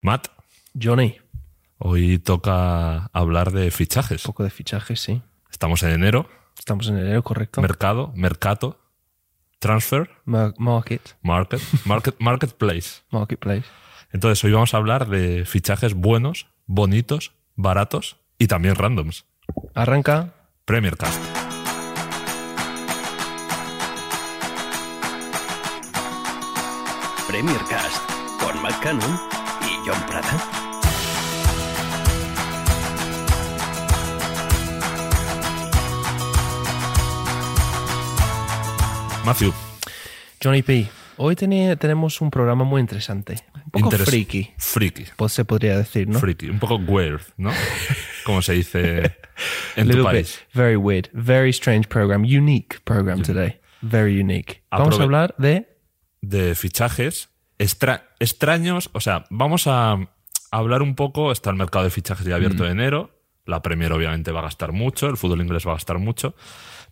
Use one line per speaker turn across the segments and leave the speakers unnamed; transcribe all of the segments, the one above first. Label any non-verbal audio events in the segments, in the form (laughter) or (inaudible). Matt,
Johnny,
hoy toca hablar de
un
fichajes.
poco de fichajes, sí.
Estamos en enero,
Estamos en enero, correcto.
mercado, mercato, transfer,
Ma- Market,
market, market, marketplace.
marketplace.
Entonces, hoy vamos a hablar de fichajes buenos, bonitos, baratos y también randoms.
Arranca.
Premier Cast.
Premier Cast con Matt Cannon y John Prada.
Matthew,
Johnny P. Hoy teni- tenemos un programa muy interesante. Un poco
interes-
friki,
Friki.
pues se podría decir, ¿no?
Friki. Un poco weird,
(laughs)
¿no? Como se dice en tu
Little
país.
bit. Very weird. Very strange program. Unique program today. Very unique. Vamos
Aprove-
a hablar de
de fichajes extra- extraños. O sea, vamos a hablar un poco. Está el mercado de fichajes ya
Mm.
abierto de enero. La Premier obviamente va a gastar mucho, el fútbol inglés va a gastar mucho.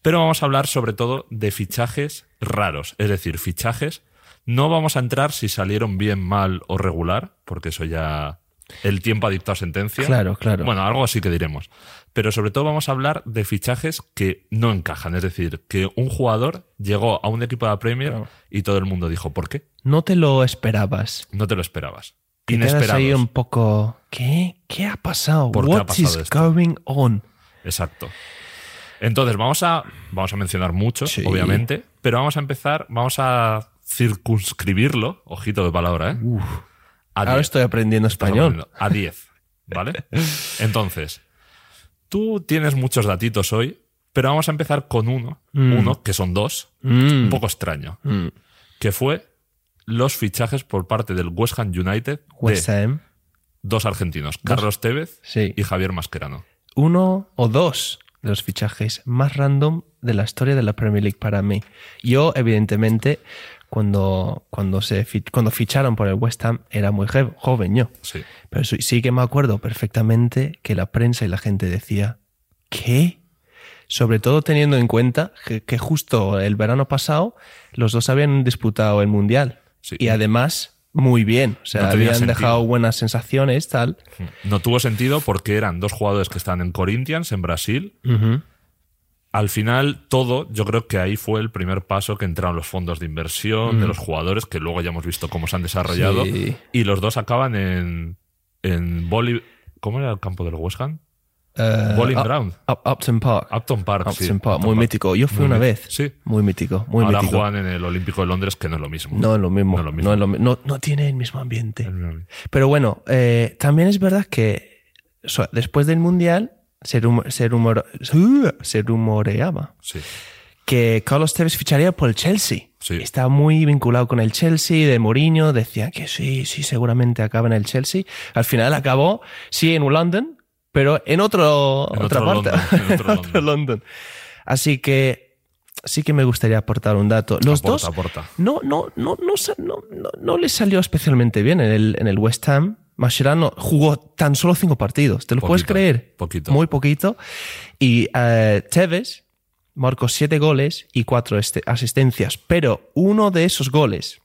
Pero vamos a hablar sobre todo de fichajes raros. Es decir, fichajes. No vamos a entrar si salieron bien, mal o regular, porque eso ya. El tiempo ha dictado sentencia.
Claro, claro.
Bueno, algo así que diremos. Pero sobre todo vamos a hablar de fichajes que no encajan. Es decir, que un jugador llegó a un equipo de la Premier
Claro.
y todo el mundo dijo, ¿por qué?
no te lo esperabas.
No te lo esperabas.
Te quedas
Inesperados.
ahí un poco. ¿Qué? ¿Qué ha pasado?
¿Por qué ha
What
pasado
is
esto?
going on?
Exacto. Entonces, vamos a, vamos a mencionar mucho,
Sí.
obviamente, pero vamos a empezar, vamos a circunscribirlo, ojito de palabra, ¿eh? A
Ahora
10.
estoy aprendiendo español.
A 10,
(laughs)
¿vale? Entonces, tú tienes muchos datitos hoy, pero vamos a empezar con uno,
Mm.
uno que son dos, un poco extraño, que fue los fichajes por parte del West Ham United
West
de
Ham.
dos argentinos, Carlos Tevez
Sí.
y Javier Mascherano.
uno o dos de los fichajes más random de la historia de la Premier League para mí. Yo, evidentemente, cuando, cuando, se, fi- cuando ficharon por el West Ham era muy je- joven yo.
Sí.
Pero sí, sí que me acuerdo perfectamente que la prensa y la gente decía, ¿qué? Sobre todo teniendo en cuenta que, que justo el verano pasado los dos habían disputado el Mundial.
Sí.
Y además, muy bien. O sea,
No tenía
habían
sentido.
dejado buenas sensaciones, tal.
No tuvo sentido porque eran dos jugadores que están en Corinthians, en Brasil. Al final, todo, yo creo que ahí fue el primer paso que entraron los fondos de inversión de los jugadores, que luego ya hemos visto cómo se han desarrollado.
Mm. Sí.
Y los dos acaban en, en Boli- ¿Cómo era el campo del West Ham?
Eh,
Bowling
Up-
Ground.
Up- Upton Park.
Upton Park. sí.
Upton Park,
Upton
muy
Park.
mítico. Yo fui
Muy
una
mí-
vez.
sí.
Muy mítico, muy
Ahora
mítico.
juegan en el Olímpico de Londres, que no es lo mismo.
No es lo mismo.
No
No,
es lo mismo.
es lo mi- no- no tiene el mismo ambiente.
mismo.
Pero bueno, eh, también es verdad que o sea, después del Mundial se, rumo- se, rumor- se rumoreaba
Sí.
que Carlos Tevez ficharía por el Chelsea.
Sí.
Está muy vinculado con el Chelsea, de Mourinho, decía que sí, sí, seguramente acaba en el Chelsea. Al final acabó, sí, en London, pero en, otro,
En
otra
otro
parte,
London,
(laughs)
en otro
En otro London. Así que sí que me gustaría aportar un dato. Los
Aporta,
dos
aporta.
No, no, no, no, sa- no, no, no les salió especialmente bien en el, en el West Ham. Mascherano jugó tan solo cinco partidos, ¿te lo puedes
Poquito,
creer?
poquito.
Muy poquito. Y eh, Tevez marcó siete goles y cuatro este- asistencias, pero uno de esos goles,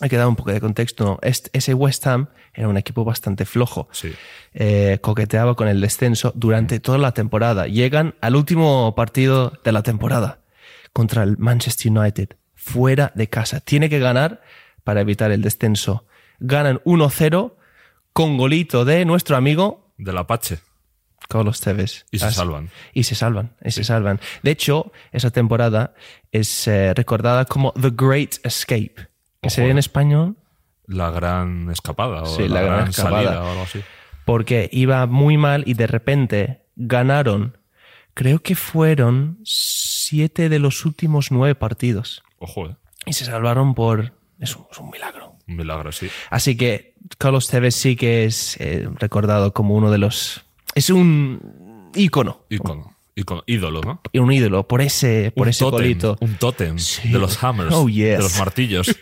hay que dar un poco de contexto, ¿no? Est- ese West Ham era un equipo bastante flojo.
Sí.
Eh, coqueteaba con el descenso durante toda la temporada. Llegan al último partido de la temporada contra el Manchester United, fuera de casa. Tiene que ganar para evitar el descenso. Ganan 1-0 con golito de nuestro amigo
Del Apache.
Carlos Tevez.
Y se
Así-
salvan.
Y se salvan, y se salvan. De hecho, esa temporada es eh, recordada como The Great Escape, que
Ojo,
sería en
eh.
español
La gran escapada. O
Sí,
la,
la gran
gran,
escapada.
salida o algo así.
porque iba muy mal y de repente ganaron. Creo que fueron siete de los últimos nueve partidos
Ojo, eh.
y se salvaron por... Es un, es un milagro.
Un milagro, sí.
Así que Carlos Tevez sí que es eh, recordado como uno de los... Es un ícono,
Ícono. ícono, ídolo, ¿no?
un ídolo por ese, por
un
ese
tótem,
golito.
Un tótem
Sí.
de los hammers,
Oh, yes.
de los martillos.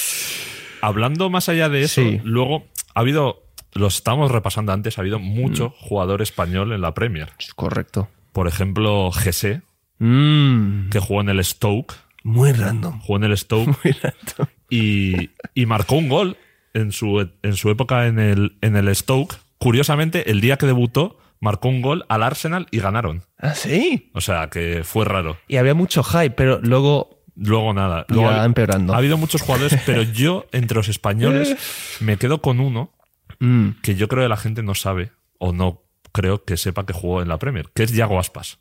(laughs) Hablando más allá de eso,
Sí.
luego ha habido, lo estábamos repasando antes, ha habido mucho jugador español en la Premier.
Correcto.
Por ejemplo, Gese,
Mm,
que jugó en el Stoke,
muy
(laughs)
random.
jugó en el Stoke
Muy random.
y, y marcó un gol en su, en su época en el, en el Stoke, curiosamente, el día que debutó, marcó un gol al Arsenal y ganaron.
Ah, sí.
O sea, que fue raro.
Y había mucho hype, pero luego
Luego nada.
Ya,
Luego ha-
empeorando.
Ha habido muchos
(laughs)
jugadores, pero yo, entre los españoles, me quedo con uno
mm,
que yo creo que la gente no sabe, o no creo que sepa que jugó en la Premier, que es Yago Aspas.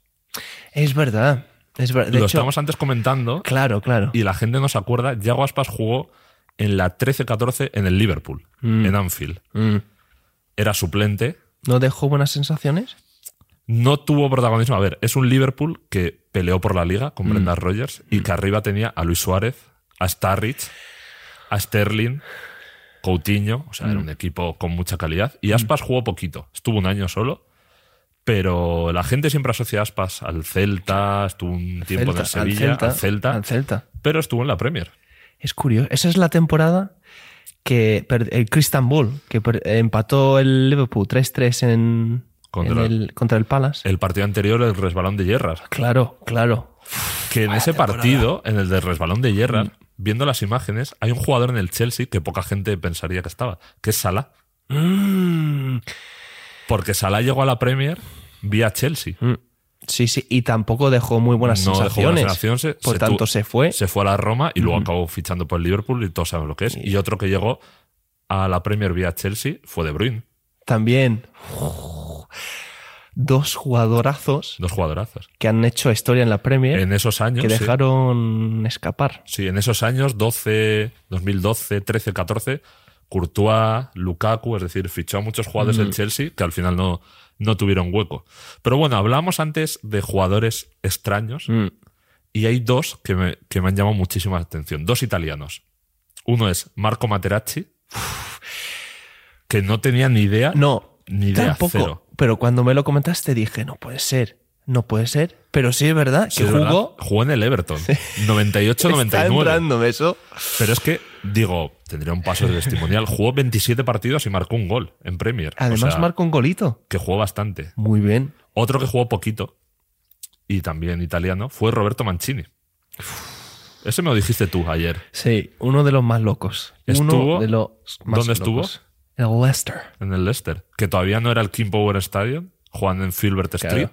es verdad. Es verdad.
Lo
De hecho,
estábamos antes comentando
claro, claro.
y la gente no se acuerda. Yago Aspas jugó en la 13-14 en el Liverpool,
Mm.
en Anfield.
Mm.
Era suplente,
¿No dejó buenas sensaciones?
no tuvo protagonismo. A ver, es un Liverpool que peleó por la liga
Mm.
con Brendan Rodgers y que arriba tenía a Luis Suárez, a Starrich, a Sterling, Coutinho. O sea,
Mm.
era un equipo con mucha calidad. Y Aspas jugó poquito. Estuvo un año solo. Pero la gente siempre asocia a Aspas al Celta, estuvo un tiempo en el
Celta, al
Sevilla, al Celta,
Al Celta.
pero estuvo en la Premier.
Es curioso. Esa es la temporada que per- el Christian Bull, que per- empató el Liverpool 3-3 en,
Contra-
en el, contra el Palace.
El partido anterior, el resbalón de Hierras.
Claro, claro.
Que en ese partido, en el del resbalón de Gerrard, viendo las imágenes, hay un jugador en el Chelsea que poca gente pensaría que estaba, que es Salah.
Mm.
Porque Salah llegó a la Premier vía Chelsea.
Mm. Sí, sí, y tampoco dejó muy buenas
No dejó buenas
sensaciones.
sensaciones, se-
Por
se
tanto,
tu-
se fue.
Se fue a la Roma y luego acabó fichando por el Liverpool y todos saben lo que es. Y otro que llegó a la Premier vía Chelsea fue De Bruyne.
También Uf. dos jugadorazos
Dos jugadorazos.
que han hecho historia en la Premier
En esos años.
¿Eh? que
sí.
dejaron escapar.
Sí, en esos años, 12, 2012, 13, 14, Courtois, Lukaku, es decir, fichó a muchos jugadores
Mm.
del Chelsea que al final no, no tuvieron hueco. Pero bueno, hablamos antes de jugadores extraños
Mm.
y hay dos que me, que me han llamado muchísima atención. Dos italianos. Uno es Marco Materazzi, que no tenía ni idea.
No,
Ni idea,
tampoco.
cero.
Pero cuando me lo comentaste dije, no puede ser, no puede ser. Pero sí es verdad
Sí,
que
es verdad,
jugó.
jugó en el Everton.
(laughs) Está
98-99.
entrando eso.
Pero es que, digo, tendría un paso de testimonial. Jugó 27 partidos y marcó un gol en Premier. O
Además
sea,
marcó un golito.
que jugó bastante.
Muy bien.
Otro que jugó poquito, y también italiano, fue Roberto Mancini. Ese me lo dijiste tú ayer.
Sí, uno de los más locos. uno
Estuvo-
de los más
¿dónde estuvo?
locos. El Leicester.
en el Leicester, que todavía no era el King Power Stadium, jugando en Filbert
Claro.
Street,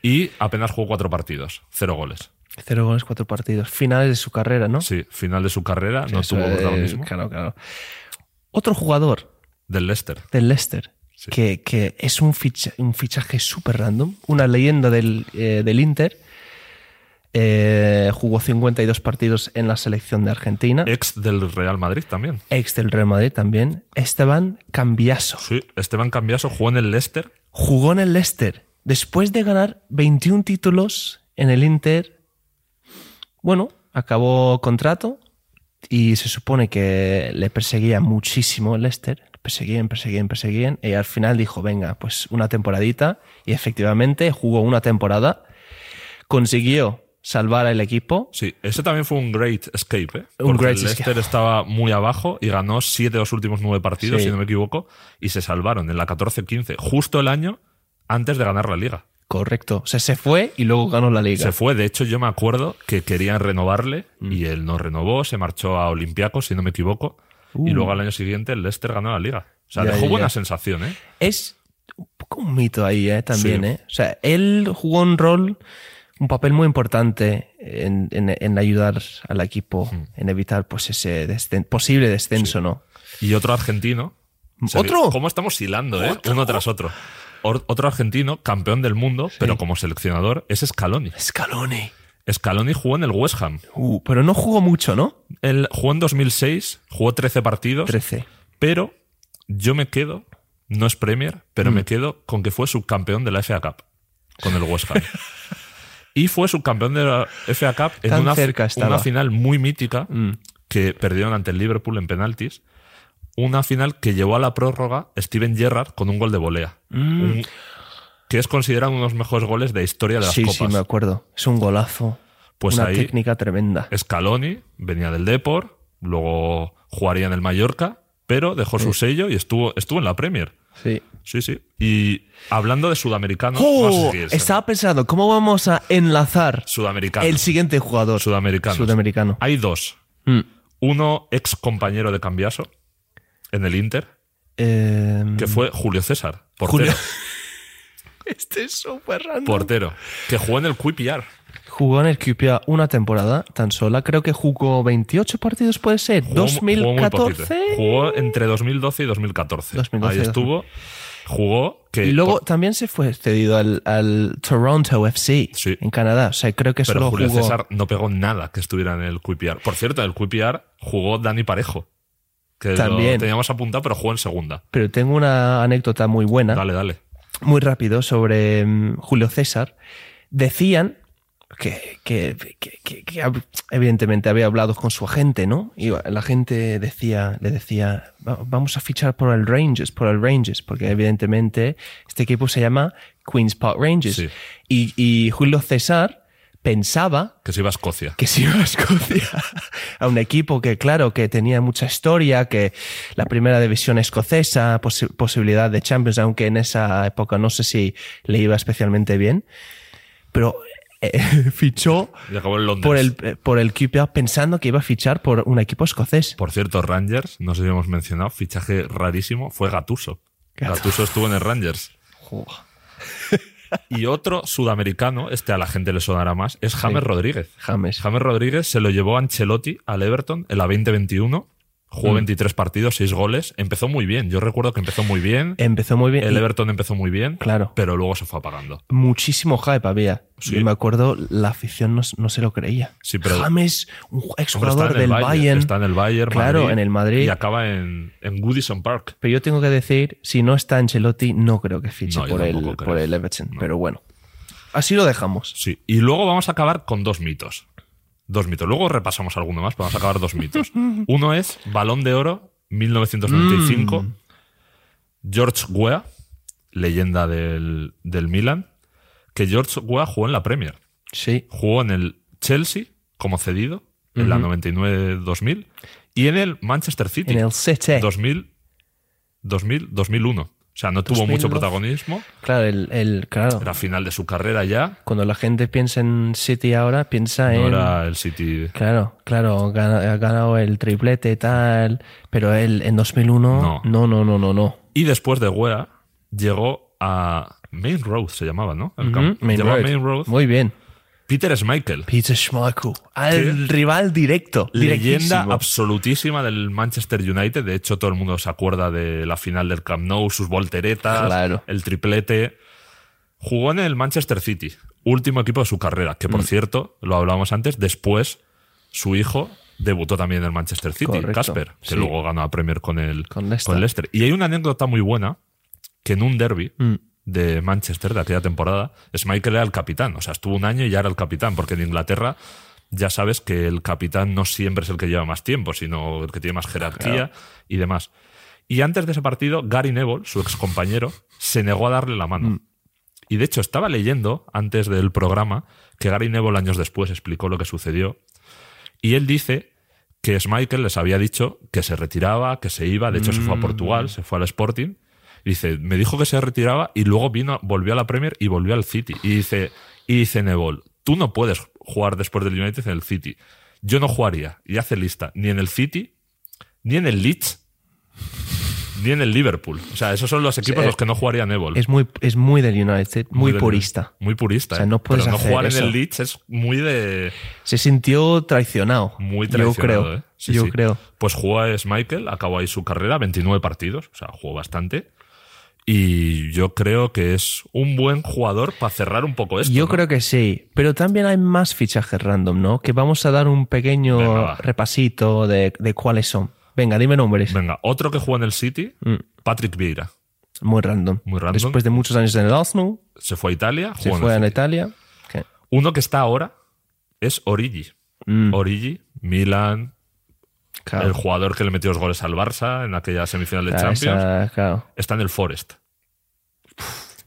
y apenas jugó cuatro partidos, cero goles.
Cero goles, cuatro partidos. Finales de su carrera, ¿no?
Sí, final de su carrera, no
Eso
tuvo
es,
protagonismo.
Claro, claro. Otro jugador
Del Leicester.
del Leicester
Sí.
que, que es un, ficha- un fichaje súper random, una leyenda del, eh, del Inter. eh, jugó 52 partidos en la selección de Argentina.
Ex del Real Madrid también.
Ex del Real Madrid también. Esteban Cambiaso.
Sí, Esteban Cambiaso jugó en el Leicester.
Jugó en el Leicester. Después de ganar 21 títulos en el Inter, bueno, acabó contrato y se supone que le perseguía muchísimo el Leicester. Perseguían, perseguían, perseguían. Y al final dijo, venga, pues una temporadita. Y efectivamente jugó una temporada. Consiguió salvar al equipo.
Sí, ese también fue un great escape, ¿eh?
Un
Porque
great
el Leicester
escape.
estaba muy abajo y ganó siete de los últimos nueve partidos,
Sí.
si no me equivoco, y se salvaron en la 14-15, justo el año antes de ganar la liga.
Correcto. O sea, se fue y luego ganó la liga.
Se fue, de hecho yo me acuerdo que querían renovarle
Mm.
y él no renovó, se marchó a Olympiacos, si no me equivoco,
Uh.
y luego al año siguiente el Leicester ganó la liga. O sea,
Ya,
dejó
ya,
buena
ya.
sensación, ¿eh?
Es un poco un mito ahí, ¿eh? También,
Sí.
¿eh? O sea, él jugó un rol, un papel muy importante en, en- en ayudar al equipo,
Mm.
en evitar pues ese descen- posible descenso, ¿no?
Y otro argentino. O sea,
Mm, ¿Otro?
¿Cómo estamos hilando, eh? Uno tras otro. Or- otro argentino, campeón del mundo, pero como seleccionador, es Scaloni.
Scaloni.
Scaloni jugó en el West Ham.
Uh, pero no jugó mucho, ¿no?
Él jugó en 2006, jugó 13 partidos,
13.
pero yo me quedo, no es Premier,
Mm.
pero me quedo con que fue subcampeón de la FA Cup con el West
(laughs)
Ham. y fue subcampeón de la FA Cup en
Tan
una, fi-
cerca estaba.
una final muy mítica
Mm.
que perdieron ante el Liverpool en penaltis. Una final que llevó a la prórroga Steven Gerrard con un gol de volea.
Mm.
Un- que es considerado uno de los mejores goles de historia de las
Sí,
copas.
sí, me acuerdo. Es un golazo.
Pues
Una
ahí-
técnica tremenda.
Scaloni venía del Depor, luego jugaría en el Mallorca, pero dejó su sello y estuvo, estuvo en la Premier.
Sí.
Sí, sí. Y hablando de sudamericanos, vamos a
¡Oh!
seguir.
Estaba pensando, ¿cómo vamos a enlazar
Sudamericano.
el siguiente jugador
Sudamericanos.
sudamericano?
Hay dos.
Mm.
Uno ex compañero de Cambiaso, en el Inter,
Em,
que fue Julio César, portero. (laughs)
Julio- este es súper random.
portero que jugó en el QPR.
Jugó en el QPA una temporada tan sola. Creo que jugó 28 partidos, puede ser.
Jugó- jugó muy poquito.
2014.
Jugó entre 2012 y 2014.
2012,
Ahí estuvo. Jugó que
Y luego
por-
también se fue cedido al, al Toronto FC
Sí.
en Canadá. O sea, creo que
pero
solo
Julio
jugó.
César no pegó nada que estuviera en el QPR. Por cierto, en el QPR jugó Dani Parejo. Que lo
También.
teníamos apuntado, pero jugó en segunda.
Pero tengo una anécdota muy buena,
Dale, dale.
muy rápido, sobre mm, Julio César. Decían que, que- que- que- que hab- evidentemente había hablado con su agente, ¿no? Y la gente decía, le decía, "Va- vamos a fichar por el Rangers, por el Rangers, porque evidentemente este equipo se llama Queen's Park Rangers.
Sí.
Y- y Julio César pensaba
Que se iba a Escocia.
que se iba a Escocia a un equipo que, claro, que tenía mucha historia, que la primera división escocesa, posi- posibilidad de Champions, aunque en esa época no sé si le iba especialmente bien, pero eh, (laughs) fichó
Y acabó en Londres.
por el, eh, por el QPR pensando que iba a fichar por un equipo escocés.
Por cierto, Rangers, no sé si hemos mencionado, fichaje rarísimo, fue Gatuso.
Gattuso.
Gatuso estuvo en el Rangers. Y otro sudamericano, este a la gente le sonará más, es James
Sí.
Rodríguez.
James.
James Rodríguez se lo llevó a Ancelotti al Everton en la 2021.
Mm.
Jugó 23 partidos, 6 goles. Empezó muy bien. Yo recuerdo que empezó muy bien.
Empezó muy bien.
El
y-
Everton empezó muy bien.
Claro.
Pero luego se fue apagando.
muchísimo hype había.
Sí.
Yo me acuerdo, la afición no, no se lo creía.
Sí, pero-
James, un ju-
Hombre, está
exjugador
en el
del Bayern.
Está en el Bayern.
Claro, en el Madrid.
Y acaba en, en Goodison Park.
Pero yo tengo que decir, si no está Ancelotti, no creo que fiche
No, yo
por, el,
tampoco creo.
por el Everton. Pero bueno, así lo dejamos.
Sí. Y luego vamos a acabar con dos mitos. Dos mitos. Luego repasamos alguno más, pero vamos a acabar dos
(laughs)
mitos. Uno es Balón de Oro, 1995.
Mm.
George Weah, leyenda del, del Milan, que George Weah jugó en la Premier.
Sí.
Jugó en el Chelsea como cedido en la 99-2000 y en el Manchester City
En el CT.
2000, 2000 2001. O sea, no tuvo
2002.
mucho protagonismo.
Claro, el, el- claro.
Era final de su carrera ya.
Cuando la gente piensa en City ahora, piensa
No
en.
era el City
Claro, claro, gana- ha ganado el triplete y tal. Pero él en 2001.
No.
No, no, no, no, no.
Y después de Wea llegó a Main Road, se llamaba, ¿no? El campo.
Ujú, Main
llegó
Road.
a Main Road.
Mm, Muy bien.
Peter Schmeichel,
Peter Schmeichel. Al rival directo.
leyenda
directísimo.
absolutísima del Manchester United. De hecho, todo el mundo se acuerda de la final del Camp Nou, sus volteretas,
Claro.
el triplete. Jugó en el Manchester City, último equipo de su carrera, que
Mm.
por cierto, lo hablábamos antes, después su hijo debutó también en el Manchester City,
Correcto,
Casper, que
sí.
luego ganó a Premier con el
Con Leicester.
con Leicester. Y hay una anécdota muy buena que en un derby
Mm.
de Manchester de aquella temporada, Schmeichel era el capitán. O sea, estuvo un año y ya era el capitán, porque en Inglaterra ya sabes que el capitán no siempre es el que lleva más tiempo, sino el que tiene más jerarquía y demás. Y antes de ese partido, Gary Neville, su excompañero, se negó a darle la mano.
Mm.
Y de hecho, estaba leyendo antes del programa que Gary Neville años después explicó lo que sucedió. Y él dice que Schmeichel les había dicho que se retiraba, que se iba. De hecho, se fue
Mm.
a Portugal, se fue al Sporting. Y dice, me dijo que se retiraba y luego vino, volvió a la Premier y volvió al City. Y dice, y dice Nebol, tú no puedes jugar después del United en el City. Yo no jugaría, y hace lista, ni en el City, ni en el Leeds, ni en el Liverpool. O sea, esos son los equipos
Sí,
en los que no jugaría Nebol.
Es muy, es muy del United, muy,
del-
purista.
Muy purista.
O sea,
¿eh?
no puedes
Pero no
hacer
jugar en
eso.
el Leeds es muy de.
Se sintió traicionado.
Muy
Yo
traicionado,
creo.
¿eh? Sí,
yo
sí.
creo.
Pues jugó a Schmeichel, acabó ahí su carrera, 29 partidos, o sea, jugó bastante. Y yo creo que es un buen jugador para cerrar un poco esto.
yo
¿no?
creo que sí. Pero también hay más fichajes random, ¿no? Que vamos a dar un pequeño
Venga, va.
repasito de, de cuáles son. Venga, dime nombres.
Venga, otro que jugó en el City, Patrick Vieira.
Mm, Muy random.
Muy random.
Después de muchos años en el Arsenal,
Se fue a Italia,
se
jugó en
fue a
el
la
City.
Italia. Ok.
Uno que está ahora es Origi. Origi, Milan,
Claro.
el jugador que le metió los goles al Barça en aquella semifinal de
Claro,
Champions,
esa- claro.
está en el Forest.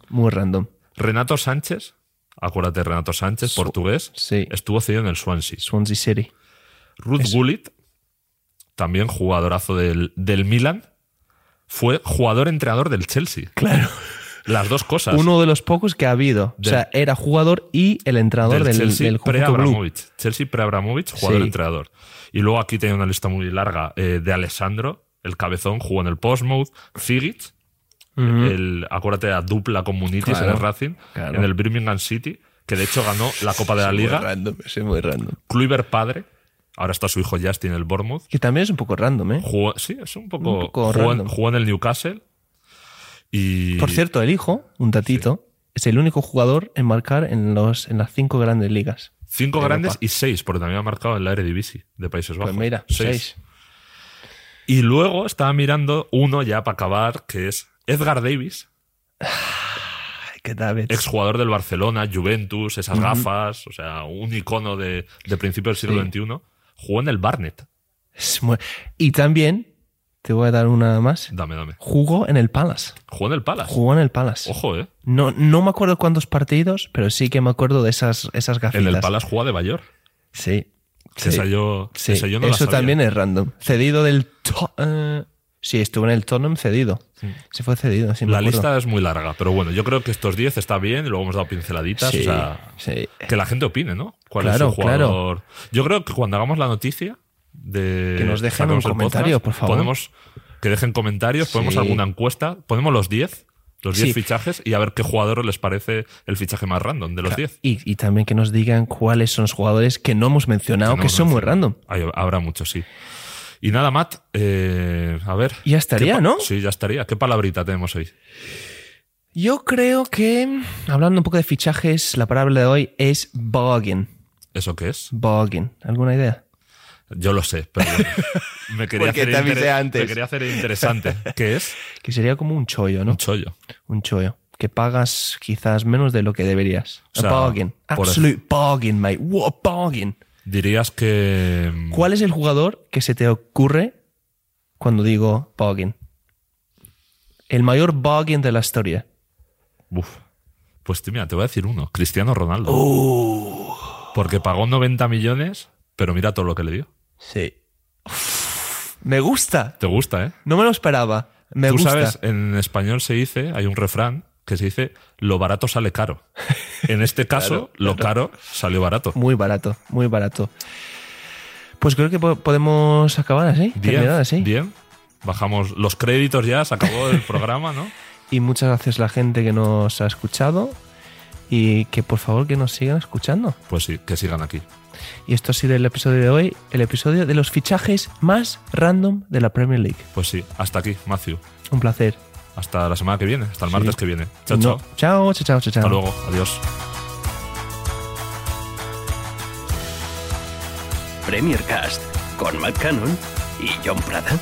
Muy random.
Renato Sánchez, acuérdate, Renato Sánchez, portugués,
Sí.
estuvo cedido en el Swansea.
Swansea City.
Ruth Gullit, también jugadorazo del, del Milan, fue jugador-entrenador del Chelsea.
Claro.
Las dos cosas.
Uno de los pocos que ha habido. o
Del-
sea, era jugador y el entrenador
del
del, del,
Chelsea
conjunto blue.
pre-Abramovich. Chelsea pre-Abramovich, jugador-entrenador. Y luego aquí tenía una lista muy larga eh, de Alessandro, el cabezón, jugó en el post-mode. Zigic, el, acuérdate de la dupla communities en
Claro,
el Racing,
claro.
en el Birmingham City, que de hecho ganó la Copa de la
Muy
Liga.
random, es muy random.
Kluivert padre, ahora está su hijo Justin en el Bournemouth.
Que también es un poco random, ¿eh?
Jugó, sí, es un poco.
Un poco
jugó, en,
random.
jugó en el Newcastle. Y.
Por cierto, el hijo, un tatito, es el único jugador en marcar en, los, en las cinco grandes ligas.
Cinco
Europa.
grandes y seis, porque también ha marcado en la Eredivisie de Países Bajos.
Pues mira, seis.
Y luego estaba mirando uno ya para acabar, que es Edgar Davis,
Ay, qué eh. David.
exjugador del Barcelona, Juventus, esas gafas, o sea, un icono de, de principio del siglo
Sí.
XXI. Jugó en el Barnet.
Es muy- Y también, te voy a dar una más,
Dame, dame.
jugó en el Palace.
Jugó en el Palace.
Jugó en el Palace.
Ah. Ojo, ¿eh?
No, no me acuerdo cuántos partidos, pero sí que me acuerdo de esas, esas gafitas.
En el Palace jugaba de Bayor.
Sí.
Que
sí.
Esa yo,
Sí,
esa yo no la
eso
sabía.
también es random. Cedido del... To- eh, sí, estuvo en el Tottenham cedido. Se fue cedido, sí, me
La
acuerdo.
lista es muy larga, pero bueno, yo creo que estos 10 está bien, y luego hemos dado pinceladitas.
Sí,
o sea,
sí.
que la gente opine, ¿no? ¿Cuál es
Claro,
el jugador? Yo creo que cuando hagamos la noticia de
Que nos dejen
sacamos
un
el
comentario, por favor.
Ponemos, que dejen comentarios, ponemos
Sí.
alguna encuesta, ponemos los 10, los 10
Sí.
fichajes y a ver qué jugador les parece el fichaje más random de los 10.
Y, y también que nos digan cuáles son los jugadores que no hemos
Que
mencionado, que,
no hemos
son muy random.
Ahí Habrá muchos, sí. Y nada, Matt, eh, a ver.
Ya
¿Qué
estaría,
pa-
¿no?
Sí, ya estaría. ¿Qué palabrita tenemos hoy?
Yo creo que, hablando un poco de fichajes, la palabra de hoy es bargain.
¿Eso qué es?
Bargain. ¿Alguna idea?
Yo lo sé, pero (laughs) me quería,
Porque
hacer
te avisé
inter-
antes.
me quería hacer interesante. (laughs) ¿Qué es?
Que sería como un chollo, ¿no?
Un chollo.
Un chollo. Que pagas quizás menos de lo que deberías.
sea,
a bargain.
por
Absolute bargain, mate. What a bargain.
Dirías que. mm,
¿Cuál es el jugador que se te ocurre cuando digo bargain? El mayor bargain de la historia.
uf. Pues te- mira, te voy a decir uno. Cristiano Ronaldo.
Uh.
Porque pagó 90 millones, pero mira todo lo que le dio.
Sí. Me gusta.
Te gusta, ¿eh?
No me lo esperaba. Me
Tú
gusta.
sabes, eh, en español se dice, hay un refrán que se dice, lo barato sale (laughs) caro. En este caso, lo caro salió
(laughs)
barato.
Muy barato, muy barato. Pues creo que po- podemos acabar así. terminar
Bien,
así.
bien. Bajamos los créditos ya, se acabó el programa, ¿no?
Y muchas gracias a la gente que nos ha escuchado. Y que por favor que nos sigan escuchando.
Pues sí, que sigan aquí.
Y esto ha sido el episodio de hoy, el episodio de los fichajes más random de la Premier League.
Pues sí, hasta aquí, Matthew.
Un placer.
Hasta la semana que viene, hasta el martes que viene. Chao,
No-
chao.
Chao, chao, chao, chao.
Hasta luego. Adiós.
Premier Cast con Matt Cannon y John Prada.